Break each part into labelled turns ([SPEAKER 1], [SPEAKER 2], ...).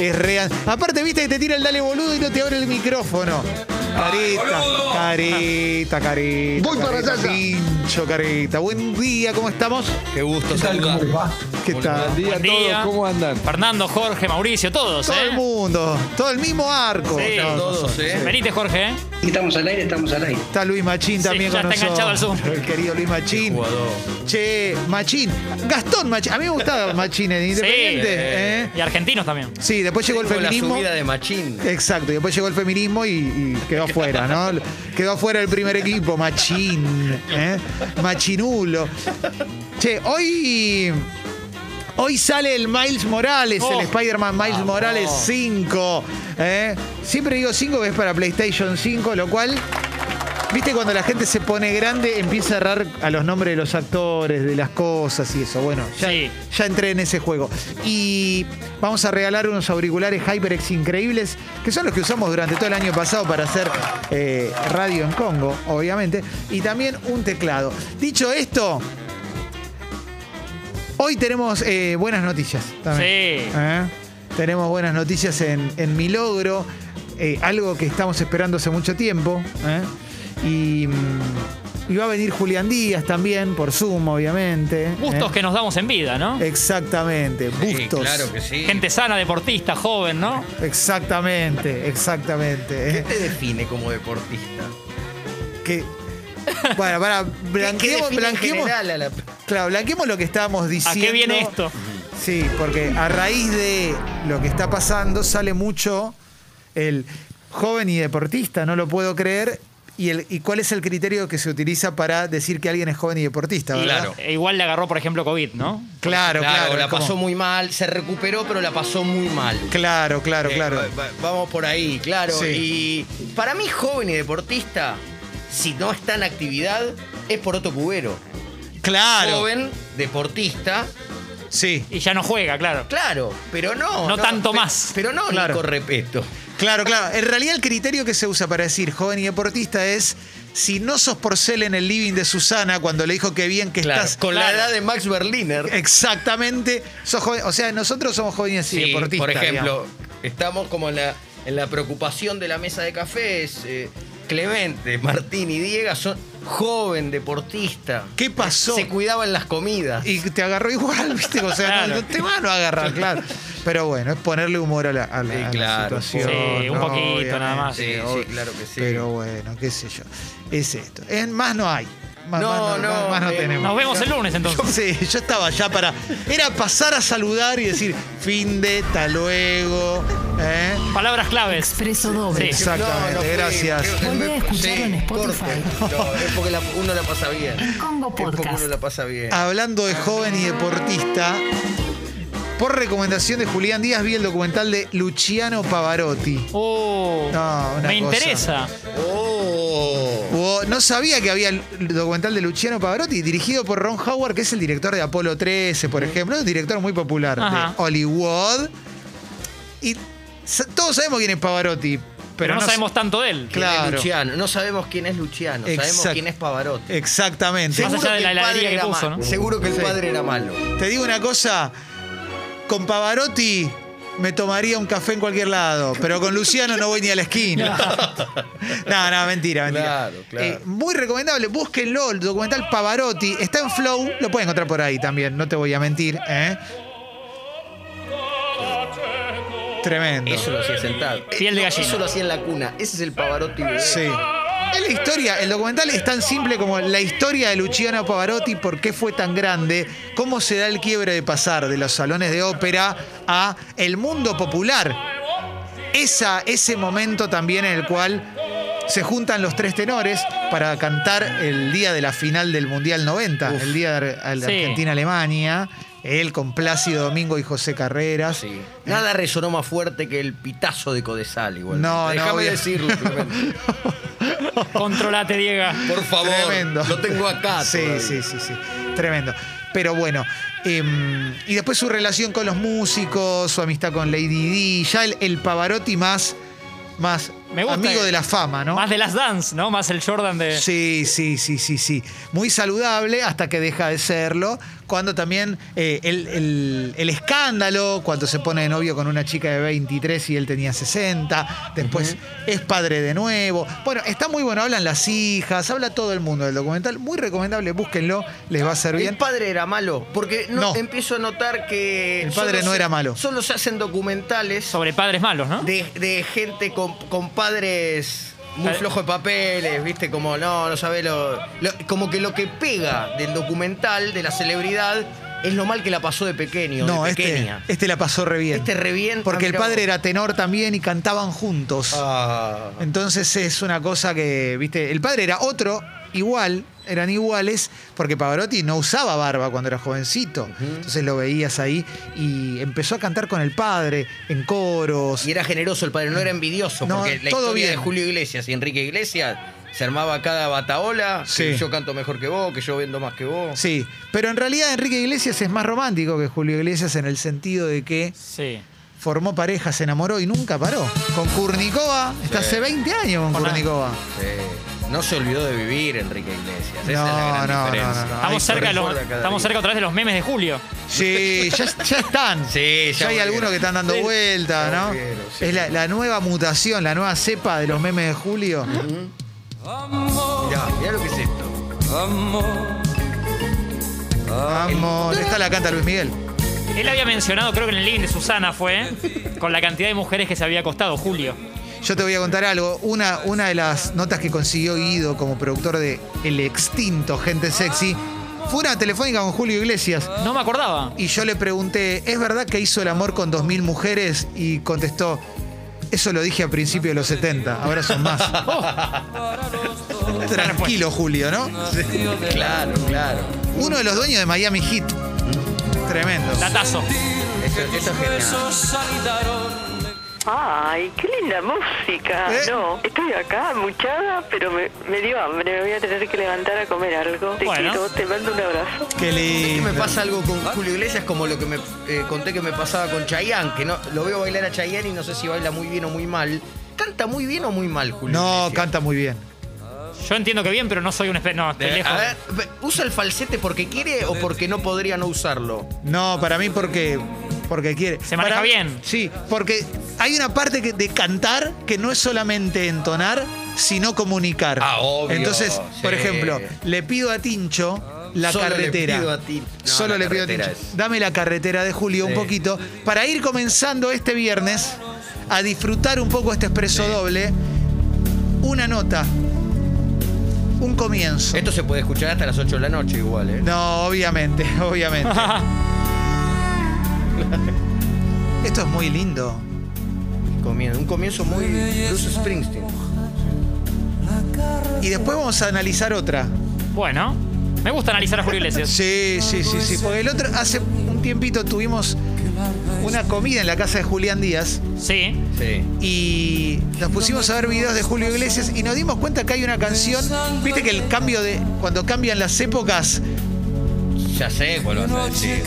[SPEAKER 1] Es real. Aparte, viste que te tira el dale boludo y no te abre el micrófono. Carita,
[SPEAKER 2] boludo.
[SPEAKER 1] carita, carita.
[SPEAKER 3] Voy para
[SPEAKER 1] carita,
[SPEAKER 3] allá ya.
[SPEAKER 1] Pincho, carita. Buen día, ¿cómo estamos?
[SPEAKER 2] Qué gusto saludar.
[SPEAKER 1] ¿Qué tal?
[SPEAKER 4] Buen
[SPEAKER 5] día a todos, ¿cómo andan?
[SPEAKER 4] Fernando, Jorge, Mauricio, todos,
[SPEAKER 1] Todo
[SPEAKER 4] ¿eh?
[SPEAKER 1] el mundo, todo el mismo arco.
[SPEAKER 4] Sí.
[SPEAKER 1] No,
[SPEAKER 2] Todos, ¿eh?
[SPEAKER 4] Venite, Jorge, ¿eh?
[SPEAKER 6] Estamos al aire, estamos al aire.
[SPEAKER 1] Está Luis Machín
[SPEAKER 4] Sí,
[SPEAKER 1] también
[SPEAKER 4] ya
[SPEAKER 1] con
[SPEAKER 4] está
[SPEAKER 1] nosotros.
[SPEAKER 4] enganchado al Zoom.
[SPEAKER 1] El querido Luis Machín.
[SPEAKER 2] Jugador.
[SPEAKER 1] Che, Machín. Gastón Machín. A mí me gustaba Machín en Independiente. ¿eh?
[SPEAKER 4] Y argentinos también.
[SPEAKER 1] Sí, después llegó el
[SPEAKER 2] Con la
[SPEAKER 1] feminismo.
[SPEAKER 2] subida de Machín.
[SPEAKER 1] Exacto, y después llegó el feminismo y, y quedó afuera, ¿no? Quedó afuera el primer equipo, machín, ¿eh? machinulo. Che, hoy, hoy sale el Miles Morales,
[SPEAKER 4] Oh.
[SPEAKER 1] el Spider-Man Miles Morales 5. ¿eh? Siempre digo 5 que es para PlayStation 5, lo cual... Viste cuando la gente se pone grande, empieza a errar a los nombres de los actores, de las cosas y eso. Bueno, ya,
[SPEAKER 4] Sí.
[SPEAKER 1] ya entré en ese juego. Y vamos a regalar unos auriculares HyperX increíbles, que son los que usamos durante todo el año pasado para hacer eh, radio en Congo, obviamente. Y también un teclado. Dicho esto, hoy tenemos eh, buenas noticias. También.
[SPEAKER 4] Sí.
[SPEAKER 1] ¿Eh? Tenemos buenas noticias en, en mi logro, eh, algo que estamos esperando hace mucho tiempo. ¿eh? Y, mm, y va a venir Julián Díaz también, por Zoom, obviamente.
[SPEAKER 4] Gustos
[SPEAKER 1] ¿eh?
[SPEAKER 4] que nos damos en vida, ¿no?
[SPEAKER 1] Exactamente,
[SPEAKER 2] Sí,
[SPEAKER 1] bustos.
[SPEAKER 2] claro que sí.
[SPEAKER 4] Gente sana, deportista, joven, ¿no?
[SPEAKER 1] Exactamente, exactamente. ¿eh?
[SPEAKER 2] ¿Qué te define como deportista?
[SPEAKER 1] Que, bueno, para, blanqueemos,
[SPEAKER 2] ¿Qué- qué define en
[SPEAKER 1] blanqueemos,
[SPEAKER 2] general a la-
[SPEAKER 1] claro, blanqueemos lo que estábamos
[SPEAKER 4] ¿A
[SPEAKER 1] diciendo.
[SPEAKER 4] qué viene esto?
[SPEAKER 1] Sí, porque a raíz de lo que está pasando sale mucho el joven y deportista, no lo puedo creer. ¿Y, el, y cuál es el criterio que se utiliza para decir que alguien es joven y deportista?
[SPEAKER 4] Y-
[SPEAKER 1] ¿verdad?
[SPEAKER 2] Claro.
[SPEAKER 4] e igual le agarró, por ejemplo, COVID, ¿no?
[SPEAKER 1] claro,
[SPEAKER 2] Claro,
[SPEAKER 1] claro.
[SPEAKER 2] la
[SPEAKER 1] es como-
[SPEAKER 2] pasó muy mal, se recuperó, pero la pasó muy mal.
[SPEAKER 1] Claro, claro,
[SPEAKER 2] Eh,
[SPEAKER 1] claro.
[SPEAKER 2] va- va- vamos por ahí, claro.
[SPEAKER 1] Sí.
[SPEAKER 2] Y para mí, joven y deportista, si no está en actividad, es por otro cubero.
[SPEAKER 1] Claro.
[SPEAKER 2] Joven, deportista,
[SPEAKER 1] Sí.
[SPEAKER 4] Y ya no juega, claro.
[SPEAKER 2] claro, pero no.
[SPEAKER 4] No tanto más.
[SPEAKER 2] Pero no,
[SPEAKER 1] Claro.
[SPEAKER 2] Nico Repeto.
[SPEAKER 1] Claro, claro. En realidad el criterio que se usa para decir joven y deportista es si no sos porcel en el living de Susana cuando le dijo que bien que
[SPEAKER 2] Claro,
[SPEAKER 1] estás.
[SPEAKER 2] Con la
[SPEAKER 4] claro.
[SPEAKER 2] edad de Max Berliner.
[SPEAKER 1] Exactamente. Sos joven. O sea, nosotros somos jóvenes y
[SPEAKER 2] Sí,
[SPEAKER 1] deportistas.
[SPEAKER 2] por ejemplo,
[SPEAKER 1] digamos.
[SPEAKER 2] estamos como en la, en la preocupación de la mesa de cafés. eh, Clemente, Martín y Diego son joven deportista.
[SPEAKER 1] ¿Qué pasó?
[SPEAKER 2] Se cuidaban las comidas.
[SPEAKER 1] Y te agarró igual, ¿viste? O sea,
[SPEAKER 4] Claro.
[SPEAKER 1] no, no te van a agarrar, claro. Pero bueno, es ponerle humor a la, a la-
[SPEAKER 2] Sí,
[SPEAKER 1] a la
[SPEAKER 2] claro.
[SPEAKER 1] situación.
[SPEAKER 4] Sí, un
[SPEAKER 1] ¿no?
[SPEAKER 4] poquito nada más.
[SPEAKER 1] Obviamente,
[SPEAKER 2] Sí, sí,
[SPEAKER 1] obvio.
[SPEAKER 2] claro que sí.
[SPEAKER 1] Pero bueno, qué sé yo. Es esto. En, más no hay. Más
[SPEAKER 2] No,
[SPEAKER 1] más
[SPEAKER 2] no,
[SPEAKER 1] más- más no
[SPEAKER 2] eh,
[SPEAKER 1] tenemos.
[SPEAKER 4] Nos vemos el lunes,
[SPEAKER 1] Yo,
[SPEAKER 4] entonces.
[SPEAKER 1] sí, yo estaba ya para. Era pasar a saludar y decir fin de, hasta luego. ¿eh?
[SPEAKER 4] Palabras claves.
[SPEAKER 7] Expreso doble.
[SPEAKER 4] Sí.
[SPEAKER 1] Exactamente,
[SPEAKER 2] fui,
[SPEAKER 1] gracias.
[SPEAKER 2] creo que
[SPEAKER 7] Volvé a
[SPEAKER 2] me-
[SPEAKER 7] escucharlo en Spotify.
[SPEAKER 2] corte. No, es porque la- uno la pasa bien.
[SPEAKER 7] Congo
[SPEAKER 2] Es porque
[SPEAKER 7] Podcast.
[SPEAKER 2] uno la pasa bien.
[SPEAKER 1] Hablando de joven y deportista, por recomendación de Julián Díaz, vi el documental de Luciano Pavarotti.
[SPEAKER 4] Oh,
[SPEAKER 1] No, una
[SPEAKER 4] me
[SPEAKER 1] cosa.
[SPEAKER 4] interesa.
[SPEAKER 2] ¡Oh!
[SPEAKER 1] O no sabía que había el documental de Luciano Pavarotti, dirigido por Ron Howard, que es el director de Apolo 13, por ejemplo, un director muy popular
[SPEAKER 4] Ajá.
[SPEAKER 1] de Hollywood. Y sa- todos sabemos quién es Pavarotti, pero,
[SPEAKER 4] Pero no
[SPEAKER 1] no
[SPEAKER 4] sabemos tanto de él.
[SPEAKER 1] Claro.
[SPEAKER 2] ¿Quién es Luciano? No sabemos quién es Luciano, sabemos
[SPEAKER 1] Exacto.
[SPEAKER 2] quién es Pavarotti.
[SPEAKER 1] Exactamente.
[SPEAKER 4] Más allá de
[SPEAKER 2] que
[SPEAKER 4] la
[SPEAKER 2] el padre
[SPEAKER 4] heladería que
[SPEAKER 2] era
[SPEAKER 4] puso,
[SPEAKER 2] malo.
[SPEAKER 4] ¿no?
[SPEAKER 2] Seguro que el padre era malo.
[SPEAKER 1] Te digo una cosa, con Pavarotti me tomaría un café en cualquier lado, pero con Luciano no voy ni a la esquina. no, no, mentira, mentira.
[SPEAKER 2] Claro, claro.
[SPEAKER 1] muy recomendable, búsquenlo, el documental Pavarotti, está en Flow, lo pueden encontrar por ahí también, no te voy a mentir. ¿eh? Tremendo.
[SPEAKER 2] Eso lo hacía sentado.
[SPEAKER 4] Piel de gallina.
[SPEAKER 2] Eso lo hacía en la cuna. Ese es el Pavarotti. bebé.
[SPEAKER 1] Sí. Es la historia, el documental es tan simple como la historia de Luciano Pavarotti, por qué fue tan grande, cómo se da el quiebre de pasar de los salones de ópera a el mundo popular. Esa, ese momento también en el cual se juntan los tres tenores para cantar el día de la final del Mundial 90, el día de Ar- de
[SPEAKER 4] Sí.
[SPEAKER 1] Argentina-Alemania, él con Plácido Domingo y José Carreras.
[SPEAKER 2] Sí. Nada resonó más fuerte que el pitazo de Codesal, igual.
[SPEAKER 1] No, no,
[SPEAKER 2] Déjame
[SPEAKER 1] obvio.
[SPEAKER 2] decirlo, Clemente.
[SPEAKER 4] Controlate, Diego.
[SPEAKER 2] Por favor.
[SPEAKER 1] Tremendo.
[SPEAKER 2] Lo tengo acá.
[SPEAKER 1] Sí,
[SPEAKER 2] todavía.
[SPEAKER 1] sí, sí, sí. Tremendo. Pero bueno. em, y después su relación con los músicos, su amistad con Lady Di, ya el, el Pavarotti más, más
[SPEAKER 4] Me gusta.
[SPEAKER 1] Amigo de la fama, ¿no?
[SPEAKER 4] Más de las dance, ¿no? Más el Jordan de.
[SPEAKER 1] Sí, sí, sí, sí, sí. Muy saludable hasta que deja de serlo. Cuando también eh, el, el- el escándalo, cuando se pone de novio con una chica de 23 y él tenía 60, después es padre de nuevo. Bueno, está muy bueno, hablan las hijas, habla todo el mundo del documental. Muy recomendable, búsquenlo, les va a ser
[SPEAKER 2] El
[SPEAKER 1] bien.
[SPEAKER 2] padre era malo, porque no,
[SPEAKER 1] No.
[SPEAKER 2] empiezo a notar que...
[SPEAKER 1] El padre
[SPEAKER 2] solo
[SPEAKER 1] no
[SPEAKER 2] se-
[SPEAKER 1] era malo.
[SPEAKER 2] Solo se hacen documentales
[SPEAKER 4] Sobre padres malos, ¿no?
[SPEAKER 2] de, de gente con, con padres muy
[SPEAKER 4] Padre-
[SPEAKER 2] flojos de papeles, viste, como no, no sabés lo, lo- Como que lo que pega del documental, de la celebridad, es lo mal que la pasó de pequeño,
[SPEAKER 1] No,
[SPEAKER 2] de
[SPEAKER 1] este,
[SPEAKER 2] pequeña.
[SPEAKER 1] este la pasó re bien.
[SPEAKER 2] Este re bien,
[SPEAKER 1] Porque
[SPEAKER 2] ah,
[SPEAKER 1] el
[SPEAKER 2] mirá
[SPEAKER 1] padre
[SPEAKER 2] vos.
[SPEAKER 1] era tenor también y cantaban juntos.
[SPEAKER 2] Ah.
[SPEAKER 1] Entonces es una cosa que, viste, el padre era otro, igual, eran iguales, porque Pavarotti no usaba barba cuando era jovencito. Entonces lo veías ahí y empezó a cantar con el padre en coros.
[SPEAKER 2] Y era generoso el padre, no era envidioso,
[SPEAKER 1] Mm. No,
[SPEAKER 2] porque la
[SPEAKER 1] todo
[SPEAKER 2] historia de
[SPEAKER 1] bien.
[SPEAKER 2] Julio Iglesias y Enrique Iglesias se armaba cada bataola,
[SPEAKER 1] Sí.
[SPEAKER 2] que yo canto mejor que vos, que yo vendo más que vos.
[SPEAKER 1] Sí, pero en realidad Enrique Iglesias es más romántico que Julio Iglesias en el sentido de que
[SPEAKER 4] Sí.
[SPEAKER 1] formó pareja, se enamoró y nunca paró. Con Kurnikova, está
[SPEAKER 2] Sí.
[SPEAKER 1] hace 20 años con
[SPEAKER 4] Con la-
[SPEAKER 1] Kurnikova.
[SPEAKER 2] Sí. Eh, No se olvidó de vivir Enrique Iglesias. Esa es la
[SPEAKER 1] No,
[SPEAKER 2] gran
[SPEAKER 1] no, no,
[SPEAKER 2] diferencia.
[SPEAKER 1] no, no.
[SPEAKER 4] Estamos,
[SPEAKER 1] Ay,
[SPEAKER 4] cerca, de los-
[SPEAKER 2] recuerda cada
[SPEAKER 4] estamos
[SPEAKER 2] día.
[SPEAKER 4] cerca otra vez de los memes de Julio.
[SPEAKER 1] Sí, ya, ya están.
[SPEAKER 2] Sí, ya
[SPEAKER 1] ya hay
[SPEAKER 2] volvieron.
[SPEAKER 1] algunos que están dando
[SPEAKER 4] Sí.
[SPEAKER 1] vuelta,
[SPEAKER 2] Ya
[SPEAKER 1] ¿no?
[SPEAKER 2] volvieron, sí.
[SPEAKER 1] Es la, la nueva mutación, la nueva cepa de los memes de Julio.
[SPEAKER 2] Mirá, mirá lo que es esto.
[SPEAKER 1] Vamos, esta la canta Luis Miguel.
[SPEAKER 4] Él había mencionado, creo que en el living de Susana fue, con la cantidad de mujeres que se había acostado Julio.
[SPEAKER 1] Yo te voy a contar algo. Una, una de las notas que consiguió Guido como productor de El extinto Gente Sexy fue una telefónica con Julio Iglesias.
[SPEAKER 4] No me acordaba.
[SPEAKER 1] Y yo le pregunté, ¿es verdad que hizo el amor con 2.000 mujeres? Y contestó, eso lo dije a principios de los 70, ahora son más. Tranquilo, Julio, ¿no?
[SPEAKER 2] Claro, claro.
[SPEAKER 1] Uno de los dueños de Miami Heat. Tremendo.
[SPEAKER 4] Datazo.
[SPEAKER 2] Esto, esto es genial.
[SPEAKER 3] Ay, qué linda música.
[SPEAKER 1] ¿Eh?
[SPEAKER 3] No, estoy acá, muchada, pero me, me dio hambre. Me voy a tener que levantar a comer algo. Te
[SPEAKER 4] Bueno.
[SPEAKER 3] quiero, te mando un abrazo.
[SPEAKER 1] Qué
[SPEAKER 2] Y
[SPEAKER 1] lindo.
[SPEAKER 2] me pasa algo con Julio Iglesias como lo que me eh, conté que me pasaba con Chayanne, que no lo veo bailar a Chayanne y no sé si baila muy bien o muy mal. ¿Canta muy bien o muy mal, Julio?
[SPEAKER 1] No,
[SPEAKER 2] Iglesias?
[SPEAKER 1] canta muy bien.
[SPEAKER 4] Yo entiendo que bien, pero no soy un espe- No, estoy
[SPEAKER 2] Eh,
[SPEAKER 4] lejos.
[SPEAKER 2] a ver, ve- ¿usa el falsete porque quiere o porque no podría no usarlo?
[SPEAKER 1] No, para mí porque porque quiere.
[SPEAKER 4] Se maneja
[SPEAKER 1] Para-
[SPEAKER 4] bien.
[SPEAKER 1] Sí, porque hay una parte que- de cantar que no es solamente entonar, sino comunicar.
[SPEAKER 2] Ah, obvio,
[SPEAKER 1] Entonces, por
[SPEAKER 2] sí.
[SPEAKER 1] ejemplo, le pido a Tincho la
[SPEAKER 2] Solo le
[SPEAKER 1] carretera.
[SPEAKER 2] pido a Tin- no,
[SPEAKER 1] Solo
[SPEAKER 2] la
[SPEAKER 1] le pido a Tincho.
[SPEAKER 2] carretera es-
[SPEAKER 1] Dame la carretera de Julio un
[SPEAKER 2] Sí.
[SPEAKER 1] poquito para ir comenzando este viernes a disfrutar un poco este expreso doble. Una nota. Un comienzo.
[SPEAKER 2] Esto se puede escuchar hasta las 8 de la noche igual, ¿eh?
[SPEAKER 1] No, obviamente, obviamente. Esto es muy lindo.
[SPEAKER 2] Comien- un comienzo muy Bruce Springsteen.
[SPEAKER 1] Y después vamos a analizar otra.
[SPEAKER 4] Bueno, me gusta analizar a Julio Iglesias.
[SPEAKER 1] Sí, sí, sí, sí. Porque el otro, hace un tiempito tuvimos una comida en la casa de Julián Díaz
[SPEAKER 4] Sí.
[SPEAKER 2] Sí.
[SPEAKER 1] y nos pusimos a ver videos de Julio Iglesias y nos dimos cuenta que hay una canción. Viste que el cambio de. cuando cambian las épocas.
[SPEAKER 2] Ya sé cuál vas a decir.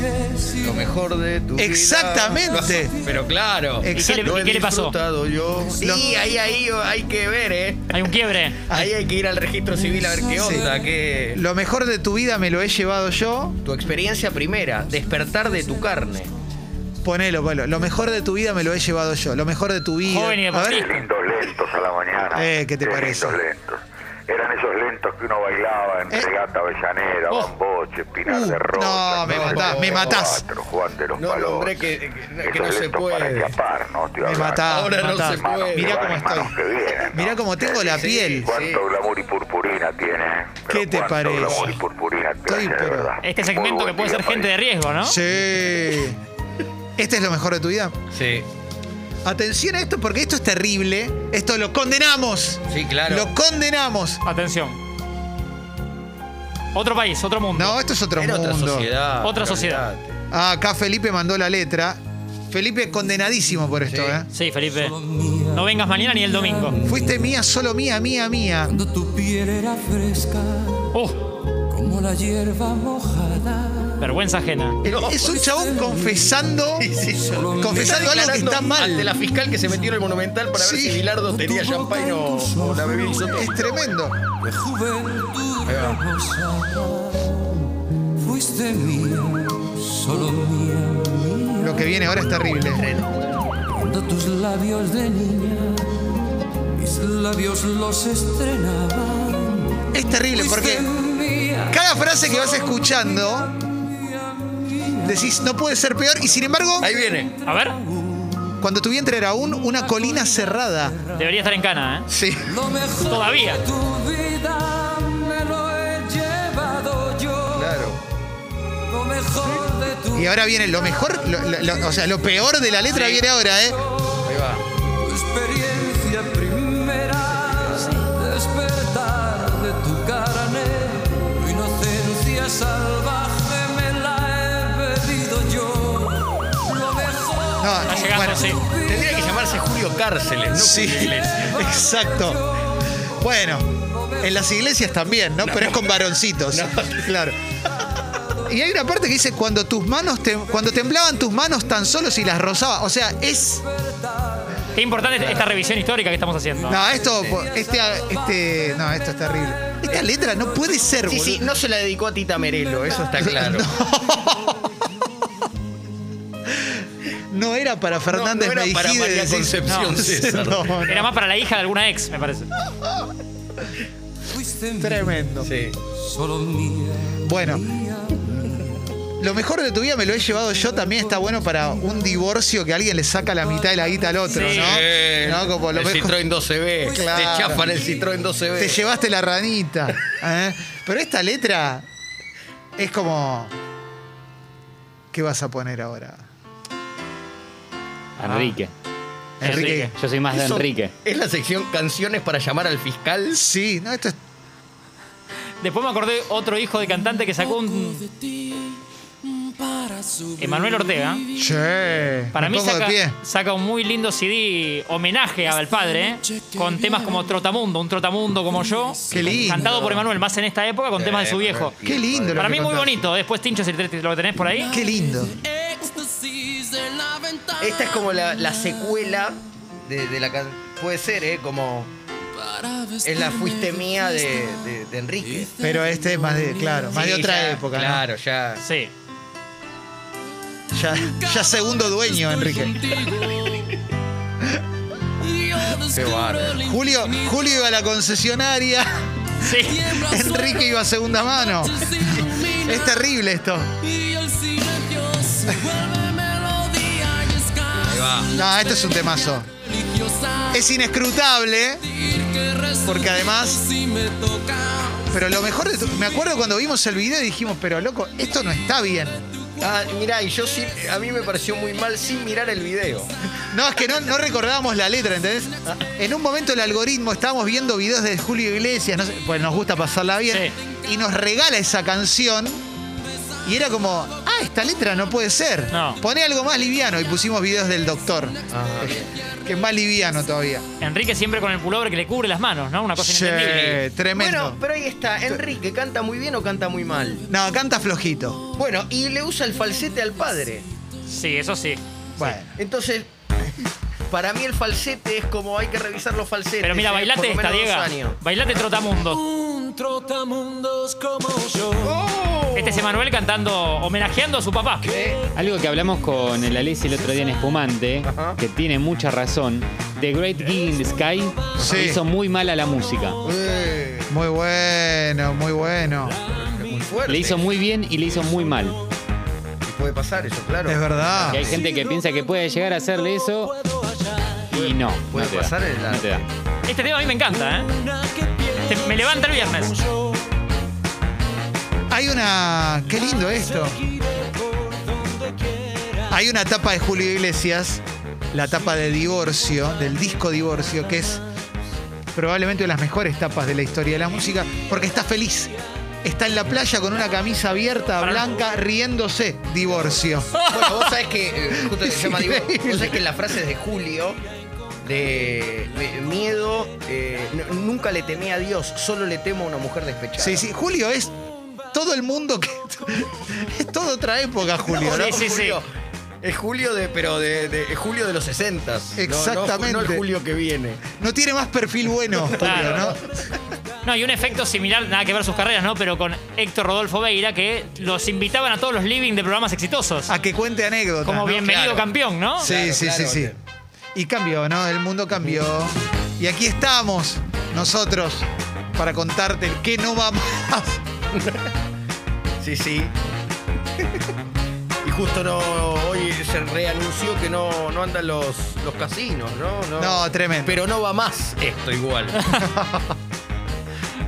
[SPEAKER 2] Lo mejor de tu vida.
[SPEAKER 1] Exactamente.
[SPEAKER 2] Pero claro.
[SPEAKER 1] Ex-
[SPEAKER 4] ¿Y qué
[SPEAKER 2] Lo
[SPEAKER 4] le,
[SPEAKER 2] he
[SPEAKER 4] y qué le pasó?
[SPEAKER 2] disfrutado yo.
[SPEAKER 1] Lo-
[SPEAKER 2] Y ahí, ahí hay que ver, ¿eh?
[SPEAKER 4] Hay un quiebre.
[SPEAKER 2] Ahí hay que ir al registro civil a ver qué onda, qué...
[SPEAKER 1] Lo mejor de tu vida me lo he llevado yo.
[SPEAKER 2] Tu experiencia primera, despertar de tu carne.
[SPEAKER 1] Ponelo, ponelo. Lo mejor de tu vida me lo he llevado yo. Lo mejor de tu vida.
[SPEAKER 4] Joven y
[SPEAKER 1] a
[SPEAKER 4] deportista.
[SPEAKER 1] ver.
[SPEAKER 5] lindos lentos a la mañana.
[SPEAKER 1] Eh, ¿qué te parece?
[SPEAKER 5] lindos lentos. Eran esos lentos que uno bailaba en
[SPEAKER 1] Eh.
[SPEAKER 5] Regata Avellaneda,
[SPEAKER 4] Oh.
[SPEAKER 5] Bamboche, Pinar
[SPEAKER 1] Uh,
[SPEAKER 5] de Rocha.
[SPEAKER 1] no, me
[SPEAKER 2] matás, me
[SPEAKER 1] matás.
[SPEAKER 5] Cuatro, Juan de los
[SPEAKER 2] No,
[SPEAKER 5] Palos.
[SPEAKER 2] hombre, que- que- que
[SPEAKER 5] Esos
[SPEAKER 2] no se
[SPEAKER 5] lentos
[SPEAKER 2] puede.
[SPEAKER 5] para escapar, ¿no? Estoy
[SPEAKER 1] Me
[SPEAKER 5] hablando.
[SPEAKER 1] matás.
[SPEAKER 2] Ahora no
[SPEAKER 1] matás.
[SPEAKER 2] se puede.
[SPEAKER 1] Mirá cómo
[SPEAKER 5] Manos que
[SPEAKER 1] estoy.
[SPEAKER 5] vienen, ¿no?
[SPEAKER 1] Mirá cómo tengo la
[SPEAKER 2] Sí.
[SPEAKER 1] piel.
[SPEAKER 5] Cuánto glamour y purpurina tiene. eh? Pero
[SPEAKER 1] ¿Qué te
[SPEAKER 5] cuánto
[SPEAKER 1] parece?
[SPEAKER 5] glamour y purpurina tiene,
[SPEAKER 1] Estoy,
[SPEAKER 5] de
[SPEAKER 1] pero-
[SPEAKER 5] verdad.
[SPEAKER 4] Este
[SPEAKER 5] Muy
[SPEAKER 4] segmento
[SPEAKER 5] buen
[SPEAKER 4] que puede
[SPEAKER 5] día
[SPEAKER 4] ser
[SPEAKER 5] para
[SPEAKER 4] gente
[SPEAKER 5] ir.
[SPEAKER 4] de riesgo, ¿no?
[SPEAKER 1] Sí. Este es lo mejor de tu vida.
[SPEAKER 2] Sí,
[SPEAKER 1] Atención a esto porque esto es terrible. Esto lo condenamos.
[SPEAKER 2] sí, claro.
[SPEAKER 1] Lo condenamos.
[SPEAKER 4] Atención. Otro país, otro mundo.
[SPEAKER 1] No, esto es otro
[SPEAKER 2] Era otra
[SPEAKER 1] mundo.
[SPEAKER 2] sociedad.
[SPEAKER 4] Otra sociedad.
[SPEAKER 2] olvidate.
[SPEAKER 1] Ah, acá Felipe mandó la letra. Felipe condenadísimo por esto,
[SPEAKER 2] Sí.
[SPEAKER 1] ¿eh?
[SPEAKER 4] Sí, Felipe. No vengas mañana ni el domingo.
[SPEAKER 1] Fuiste mía, solo mía, mía, mía.
[SPEAKER 7] Cuando tu piel era fresca,
[SPEAKER 4] Uh,
[SPEAKER 7] como la hierba mojada,
[SPEAKER 4] Vergüenza ajena.
[SPEAKER 1] es un chabón confesando, confesando
[SPEAKER 2] Está
[SPEAKER 1] algo que
[SPEAKER 2] declarando
[SPEAKER 1] está
[SPEAKER 2] Ante la
[SPEAKER 1] mal.
[SPEAKER 2] fiscal que se metió en el Monumental para ver
[SPEAKER 1] Sí.
[SPEAKER 2] si Bilardo tenía champagne o, o la bebida
[SPEAKER 1] Es
[SPEAKER 2] isotónica.
[SPEAKER 1] tremendo.
[SPEAKER 2] Ahí va.
[SPEAKER 7] Fuiste mía, solo mía,
[SPEAKER 1] Lo que viene ahora es terrible.
[SPEAKER 7] cuando tus labios de niña, mis labios los estrenaban.
[SPEAKER 1] Es terrible porque
[SPEAKER 7] Fuiste mía,
[SPEAKER 1] cada frase que vas escuchando decís no puede ser peor y sin embargo
[SPEAKER 2] Ahí viene.
[SPEAKER 4] A ver,
[SPEAKER 1] cuando tu vientre era aún una colina cerrada.
[SPEAKER 4] debería estar en cana, ¿eh?
[SPEAKER 1] Sí.
[SPEAKER 7] lo mejor
[SPEAKER 4] Todavía.
[SPEAKER 7] de tu vida me lo he llevado yo.
[SPEAKER 2] Claro.
[SPEAKER 7] Lo mejor de tu
[SPEAKER 1] Y ahora viene lo mejor, lo- lo- lo- o sea, lo peor de la letra viene ahora, ¿eh?
[SPEAKER 2] Ahí va.
[SPEAKER 7] experiencia primera, despertar de tu carne, tu inocencia salvaje me la he pedido yo. Lo mejor
[SPEAKER 1] No,
[SPEAKER 4] Está llegando,
[SPEAKER 1] bueno.
[SPEAKER 4] sí.
[SPEAKER 2] Tendría que llamarse Julio Cárceles, ¿no?
[SPEAKER 1] Sí,
[SPEAKER 2] Julio Iglesias.
[SPEAKER 1] exacto. Bueno, en las iglesias también, ¿no? Pero es con varoncitos. Claro. Y hay una parte que dice cuando tus manos tem- cuando temblaban tus manos tan solo si las rozaba, o sea, es
[SPEAKER 4] Qué importante esta revisión histórica que estamos haciendo.
[SPEAKER 1] no, esto este este no, esto es terrible. Esta letra no puede ser,
[SPEAKER 2] Sí, sí,
[SPEAKER 1] boludo.
[SPEAKER 2] no se la dedicó a Tita Merelo, eso está claro.
[SPEAKER 1] No era para
[SPEAKER 2] No, no
[SPEAKER 1] Fernández
[SPEAKER 2] era para
[SPEAKER 1] Meijide,
[SPEAKER 2] María
[SPEAKER 1] decís.
[SPEAKER 2] Concepción
[SPEAKER 4] No.
[SPEAKER 2] César.
[SPEAKER 1] No, no.
[SPEAKER 4] Era más para la hija de alguna ex, me parece.
[SPEAKER 7] fuiste mía,
[SPEAKER 1] Tremendo.
[SPEAKER 2] Sí.
[SPEAKER 7] solo mía.
[SPEAKER 1] Bueno. Lo mejor de tu vida me lo he llevado yo también está bueno para un divorcio que alguien le saca la mitad de la guita al otro,
[SPEAKER 4] Sí.
[SPEAKER 1] ¿no? ¿No? Como lo
[SPEAKER 2] el
[SPEAKER 1] mejor-
[SPEAKER 2] Citroën 12B.
[SPEAKER 1] Claro.
[SPEAKER 2] Te chafan el Citroën 12B.
[SPEAKER 1] Te llevaste la ranita. ¿eh? Pero esta letra es como. ¿Qué vas a poner ahora?
[SPEAKER 8] Enrique.
[SPEAKER 1] Enrique.
[SPEAKER 8] Yo soy más de
[SPEAKER 2] Eso
[SPEAKER 8] Enrique.
[SPEAKER 2] Es la sección canciones para llamar al fiscal.
[SPEAKER 1] Sí, no, esto es.
[SPEAKER 4] Después me acordé otro hijo de cantante que sacó un. Emanuel Ortega.
[SPEAKER 1] Che.
[SPEAKER 4] Para
[SPEAKER 1] me
[SPEAKER 4] mí
[SPEAKER 1] pongo
[SPEAKER 4] saca,
[SPEAKER 1] de pie.
[SPEAKER 4] saca un muy lindo CD homenaje al padre, ¿eh? con temas como Trotamundo, un Trotamundo como yo,
[SPEAKER 1] Qué lindo.
[SPEAKER 4] cantado por Emanuel, más en esta época, con temas de su viejo.
[SPEAKER 1] Qué lindo. lo
[SPEAKER 4] Para
[SPEAKER 1] que
[SPEAKER 4] mí muy
[SPEAKER 1] contás.
[SPEAKER 4] bonito. Después, Tincho, si te- lo tenés por ahí.
[SPEAKER 1] Qué lindo.
[SPEAKER 2] Esta es como la, la secuela de, de la canción. Puede ser, ¿eh? Como. Es la fuiste mía de, de- de Enrique.
[SPEAKER 1] Pero este es más de, claro, más
[SPEAKER 2] Sí,
[SPEAKER 1] de otra
[SPEAKER 2] ya,
[SPEAKER 1] época, ¿no?
[SPEAKER 2] Claro, ya.
[SPEAKER 4] Sí.
[SPEAKER 1] Ya, ya segundo dueño, Enrique.
[SPEAKER 2] Qué bárbaro.
[SPEAKER 1] Julio, Julio iba a la concesionaria,
[SPEAKER 4] Sí.
[SPEAKER 1] Enrique iba a segunda mano. Es terrible esto.
[SPEAKER 2] Ahí va.
[SPEAKER 1] No, esto es un temazo. Es inescrutable, porque además... Pero lo mejor de tu- Me acuerdo cuando vimos el video y dijimos, pero loco, esto no está bien.
[SPEAKER 2] Ah, mirá, y yo sí. A mí me pareció muy mal sin mirar el video.
[SPEAKER 1] No, es que no, no recordábamos la letra, ¿entendés? En un momento el algoritmo, estábamos viendo videos de Julio Iglesias, no sé, pues nos gusta pasarla bien, y nos regala esa canción. Y era como, ah, esta letra no puede ser.
[SPEAKER 4] No.
[SPEAKER 1] Poné algo más liviano y pusimos videos del doctor,
[SPEAKER 8] Ah.
[SPEAKER 1] que es más liviano todavía.
[SPEAKER 4] Enrique siempre con el pullover que le cubre las manos, ¿no? Una cosa
[SPEAKER 1] Sí,
[SPEAKER 4] Pues inentendible.
[SPEAKER 1] tremendo.
[SPEAKER 2] Bueno, pero ahí está. Enrique, ¿canta muy bien o canta muy mal?
[SPEAKER 1] No, canta flojito.
[SPEAKER 2] Bueno, y le usa el falsete al padre.
[SPEAKER 4] Sí, eso sí.
[SPEAKER 1] Bueno.
[SPEAKER 2] Entonces, para mí el falsete es como hay que revisar los falsetes.
[SPEAKER 4] Pero mira,
[SPEAKER 2] ¿eh? Por
[SPEAKER 4] bailate
[SPEAKER 2] lo
[SPEAKER 4] esta,
[SPEAKER 2] menos dos
[SPEAKER 4] Diego.
[SPEAKER 2] años.
[SPEAKER 4] Bailate Trotamundo.
[SPEAKER 7] Un trotamundos como yo.
[SPEAKER 4] Este es Emanuel cantando, homenajeando a su papá.
[SPEAKER 2] Eh,
[SPEAKER 8] Algo que hablamos con el Alessi el otro día en Espumante,
[SPEAKER 2] Ajá.
[SPEAKER 8] que tiene mucha razón, The Great Gig in the Sky
[SPEAKER 1] Sí.
[SPEAKER 8] hizo muy mal a la música.
[SPEAKER 2] Eh,
[SPEAKER 1] Muy bueno, muy bueno.
[SPEAKER 2] muy fuerte.
[SPEAKER 8] Le hizo muy bien y le hizo muy mal.
[SPEAKER 2] Puede pasar eso, claro.
[SPEAKER 1] Es verdad.
[SPEAKER 8] Que hay gente que piensa que puede llegar a hacerle eso y no.
[SPEAKER 2] Puede
[SPEAKER 8] no te da,
[SPEAKER 2] pasar el
[SPEAKER 8] no te da.
[SPEAKER 4] Este tema a mí me encanta, ¿eh? Este- me levanta el viernes.
[SPEAKER 1] Hay una. Qué lindo esto. Hay una tapa de Julio Iglesias, la tapa de divorcio, del disco divorcio, que es probablemente una de las mejores tapas de la historia de la música, porque está feliz. Está en la playa con una camisa abierta, blanca, riéndose. Divorcio.
[SPEAKER 2] Bueno, vos sabés que, eh, justo que se llama Diego,
[SPEAKER 1] Increíble.
[SPEAKER 2] vos sabés que en la frase de Julio, de, de miedo, eh, n- nunca le temé a Dios, solo le temo a una mujer despechada.
[SPEAKER 1] Sí, sí. Julio es todo el mundo que. Es toda otra época, Julio, ¿no?
[SPEAKER 4] Sí, sí, sí.
[SPEAKER 2] Julio. Es julio de, pero de, de- es julio de los 60.
[SPEAKER 1] Exactamente.
[SPEAKER 2] No, el julio que viene.
[SPEAKER 1] No tiene más perfil bueno, Julio,
[SPEAKER 4] Claro.
[SPEAKER 1] ¿no?
[SPEAKER 4] No, y un efecto similar, nada que ver sus carreras, ¿no? Pero con Héctor Rodolfo Veira, que los invitaban a todos los living de programas exitosos.
[SPEAKER 1] A que cuente anécdotas.
[SPEAKER 4] Como
[SPEAKER 1] ¿no?
[SPEAKER 4] bienvenido
[SPEAKER 2] Claro.
[SPEAKER 4] campeón, ¿no?
[SPEAKER 1] Ah, Sí,
[SPEAKER 2] Oh, Claro,
[SPEAKER 1] sí,
[SPEAKER 2] claro,
[SPEAKER 1] sí, sí.
[SPEAKER 2] que-
[SPEAKER 1] Y cambió, ¿no? El mundo cambió. Y aquí estamos, nosotros, para contarte el que no va más.
[SPEAKER 2] Sí, sí. Y justo no, hoy se reanunció que no, no andan los, los casinos, ¿no?
[SPEAKER 1] No, tremendo.
[SPEAKER 2] Pero no va más esto igual.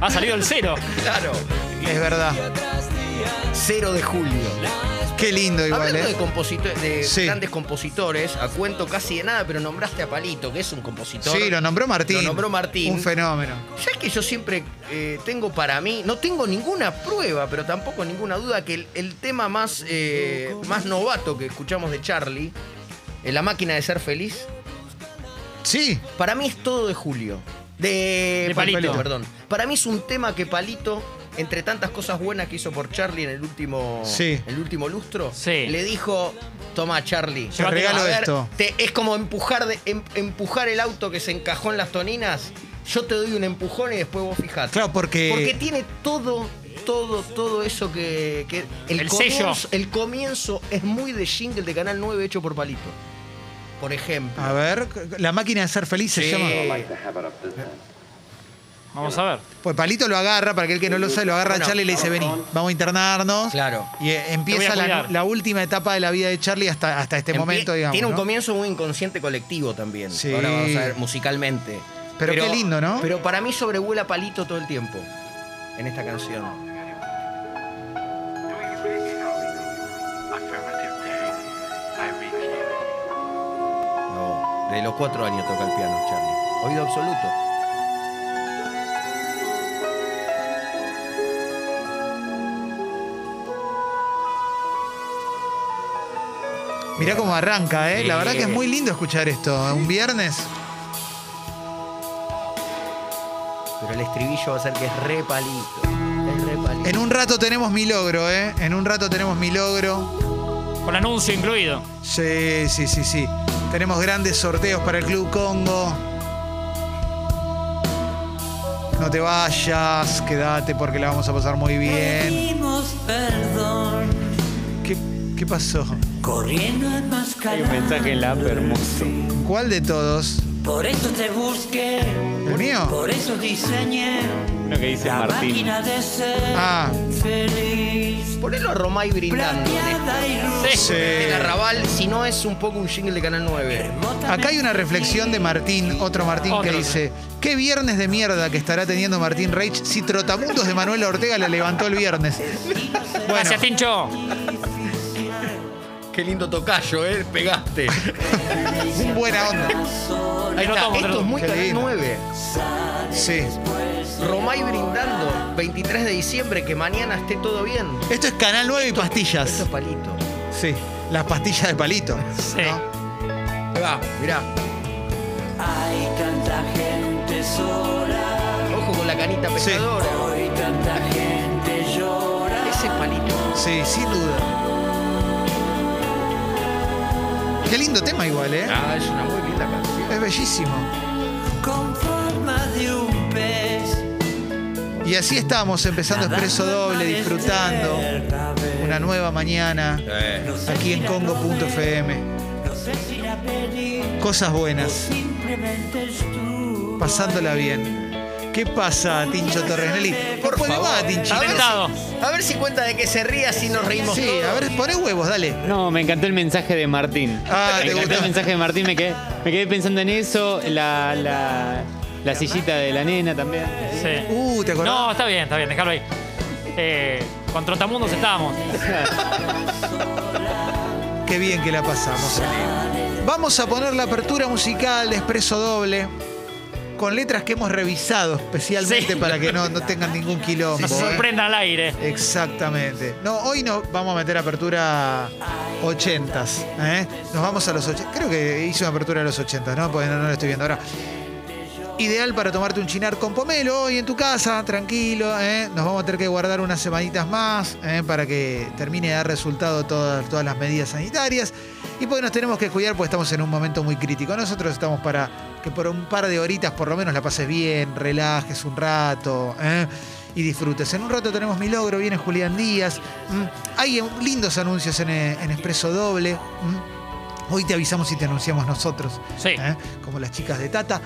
[SPEAKER 4] Ha salido el cero.
[SPEAKER 2] claro.
[SPEAKER 1] Es verdad.
[SPEAKER 2] Cero de julio.
[SPEAKER 1] Qué lindo igual,
[SPEAKER 2] Hablando de,
[SPEAKER 1] ¿eh?
[SPEAKER 2] composito- de
[SPEAKER 1] Sí.
[SPEAKER 2] grandes compositores, a cuento casi de nada, pero nombraste a Palito, que es un compositor.
[SPEAKER 1] Sí, lo nombró Martín.
[SPEAKER 2] Lo nombró Martín.
[SPEAKER 1] Un fenómeno.
[SPEAKER 2] ¿Sabes que yo siempre eh, tengo para mí, no tengo ninguna prueba, pero tampoco ninguna duda, que el, el tema más, eh, más novato que escuchamos de Charlie, en La máquina de ser feliz,
[SPEAKER 1] Sí,
[SPEAKER 2] para mí es todo de Julio. De,
[SPEAKER 4] De Palito.
[SPEAKER 2] perdón. Para mí es un tema que Palito, entre tantas cosas buenas que hizo por Charlie en el último,
[SPEAKER 1] Sí.
[SPEAKER 2] el último lustro,
[SPEAKER 4] Sí.
[SPEAKER 2] le dijo, toma Charlie,
[SPEAKER 1] te regalo
[SPEAKER 2] a ver,
[SPEAKER 1] esto.
[SPEAKER 2] te- es como empujar, de- em- empujar el auto que se encajó en las toninas. Yo te doy un empujón y después vos fijate.
[SPEAKER 1] Claro, porque-
[SPEAKER 2] Porque tiene todo, todo, todo eso que. que-
[SPEAKER 4] El sello.
[SPEAKER 2] comienzo, El comienzo es muy de jingle de Canal 9 hecho por Palito. Por ejemplo.
[SPEAKER 1] A ver, la máquina de ser feliz Ah, se
[SPEAKER 2] Sí.
[SPEAKER 1] llama.
[SPEAKER 4] Vamos a ver.
[SPEAKER 1] Pues Palito lo agarra, para aquel que no lo sabe, lo agarra
[SPEAKER 2] Bueno,
[SPEAKER 1] a Charlie y le dice, vení, vamos a internarnos.
[SPEAKER 2] Claro.
[SPEAKER 1] Y eh, empieza
[SPEAKER 4] Te voy a
[SPEAKER 1] la,
[SPEAKER 4] cuidar.
[SPEAKER 1] la última etapa de la vida de Charlie hasta, hasta este
[SPEAKER 2] Empie-
[SPEAKER 1] momento, digamos.
[SPEAKER 2] Tiene un
[SPEAKER 1] ¿no?
[SPEAKER 2] comienzo muy inconsciente colectivo también.
[SPEAKER 1] Sí.
[SPEAKER 2] Ahora vamos a ver musicalmente.
[SPEAKER 1] Pero qué lindo, ¿no?
[SPEAKER 2] Pero para mí sobrevuela Palito todo el tiempo en esta canción. No, de los cuatro años toca el piano, Charlie. Oído absoluto.
[SPEAKER 1] Mirá cómo arranca, ¿eh? La
[SPEAKER 4] Sí.
[SPEAKER 1] verdad que es muy lindo escuchar esto. Un viernes.
[SPEAKER 2] Pero el estribillo va a ser que es re palito. Es re palito.
[SPEAKER 1] En un rato tenemos mi logro, ¿eh? En un rato tenemos mi logro.
[SPEAKER 4] Con anuncio incluido.
[SPEAKER 1] Sí, sí, sí, sí. Tenemos grandes sorteos para el Club Congo. No te vayas, quédate porque la vamos a pasar muy bien.
[SPEAKER 7] Pedimos perdón,
[SPEAKER 1] ¿Qué, qué pasó?
[SPEAKER 7] corriendo en máscara.
[SPEAKER 8] en la app hermoso.
[SPEAKER 1] ¿Cuál de todos?
[SPEAKER 7] Por eso te busqué,
[SPEAKER 1] ¿El mío?
[SPEAKER 7] por eso diseñé
[SPEAKER 8] Uno que dice
[SPEAKER 7] la máquina de ser
[SPEAKER 1] Ah,
[SPEAKER 7] feliz.
[SPEAKER 2] Ponelo a Romay brindando.
[SPEAKER 7] Plateada y luz.
[SPEAKER 4] Sí.
[SPEAKER 1] sí.
[SPEAKER 2] El arrabal, si no es un poco un jingle de Canal 9.
[SPEAKER 1] Acá hay una reflexión de Martín, otro Martín que
[SPEAKER 4] Otro.
[SPEAKER 1] dice, qué viernes de mierda que estará teniendo Martín Reich si Trotamundos de Manuela Ortega la levantó el viernes. Bueno,
[SPEAKER 4] Gracias, Tincho.
[SPEAKER 2] Qué lindo tocayo, ¿eh? Pegaste.
[SPEAKER 1] un buena onda.
[SPEAKER 2] Ahí
[SPEAKER 4] Lo
[SPEAKER 2] está.
[SPEAKER 4] tomo, te lo
[SPEAKER 2] Esto es
[SPEAKER 4] tomo.
[SPEAKER 2] muy
[SPEAKER 1] Qué
[SPEAKER 2] Canal
[SPEAKER 1] lindo.
[SPEAKER 2] 9.
[SPEAKER 1] Sí.
[SPEAKER 2] Romay brindando, 23 de diciembre, que mañana esté todo bien.
[SPEAKER 1] Esto es Canal 9 y
[SPEAKER 2] Esto
[SPEAKER 1] pastillas.
[SPEAKER 2] es palito.
[SPEAKER 1] Sí. Las pastillas de palito.
[SPEAKER 4] Sí.
[SPEAKER 1] ¿no?
[SPEAKER 2] Ahí va, mirá.
[SPEAKER 7] Hay tanta gente sola,
[SPEAKER 2] Ojo con la canita
[SPEAKER 1] Sí.
[SPEAKER 2] pescadora.
[SPEAKER 7] hoy tanta gente llora.
[SPEAKER 2] Ese es palito.
[SPEAKER 1] Sí, sin duda. Qué lindo tema igual, ¿eh?
[SPEAKER 2] Ah, es una muy linda canción.
[SPEAKER 1] Es bellísimo.
[SPEAKER 7] con forma de un pez.
[SPEAKER 1] Y así estamos, empezando Expreso Doble, disfrutando una nueva mañana aquí en Congo.fm.
[SPEAKER 7] No sé si la pedí,
[SPEAKER 1] Cosas buenas,
[SPEAKER 7] simplemente estuvo.
[SPEAKER 1] pasándola bien. ¿Qué pasa, Tincho Torrenelli? Por va, Tincho.
[SPEAKER 2] A ver,
[SPEAKER 4] Inventado.
[SPEAKER 2] si, a ver si cuenta de que se ría si nos reímos
[SPEAKER 1] Sí,
[SPEAKER 2] todos.
[SPEAKER 1] a ver, poné huevos, dale.
[SPEAKER 8] No, me encantó el mensaje de Martín.
[SPEAKER 1] Ah,
[SPEAKER 8] me
[SPEAKER 1] ¿te
[SPEAKER 8] encantó
[SPEAKER 1] gustó?
[SPEAKER 8] el mensaje de Martín, me quedé, me quedé pensando en eso, la, la, la sillita de la nena también.
[SPEAKER 4] Sí.
[SPEAKER 1] Uh, ¿te acordás?
[SPEAKER 4] No, está bien, está bien, dejarlo ahí. Eh, con Trotamundos estábamos.
[SPEAKER 1] Qué bien que la pasamos. ¿eh? Vamos a poner la apertura musical de Expreso Doble con letras que hemos revisado especialmente
[SPEAKER 4] Sí.
[SPEAKER 1] para que no, no tengan ningún quilombo.
[SPEAKER 4] Nos
[SPEAKER 1] ¿eh?
[SPEAKER 4] sorprenda al aire.
[SPEAKER 1] Exactamente. No, hoy no vamos a meter apertura ¿eh? 80 Nos vamos a los 80. Creo que hice una apertura a los 80, ¿no? Porque no, no lo estoy viendo ahora. Ideal para tomarte un chinar con pomelo hoy en tu casa, tranquilo. ¿eh? Nos vamos a tener que guardar unas semanitas más ¿eh? para que termine de dar resultado todas, todas las medidas sanitarias. Y porque nos tenemos que cuidar, porque estamos en un momento muy crítico. Nosotros estamos para que por un par de horitas por lo menos la pases bien, relajes un rato. ¿eh? y disfrutes. En un rato tenemos mi logro, viene Julián Díaz. ¿m? Hay eh, lindos anuncios en, eh, en Expreso Doble. ¿m? Hoy te avisamos y te anunciamos nosotros,
[SPEAKER 4] Sí.
[SPEAKER 1] ¿eh? como las chicas de Tata.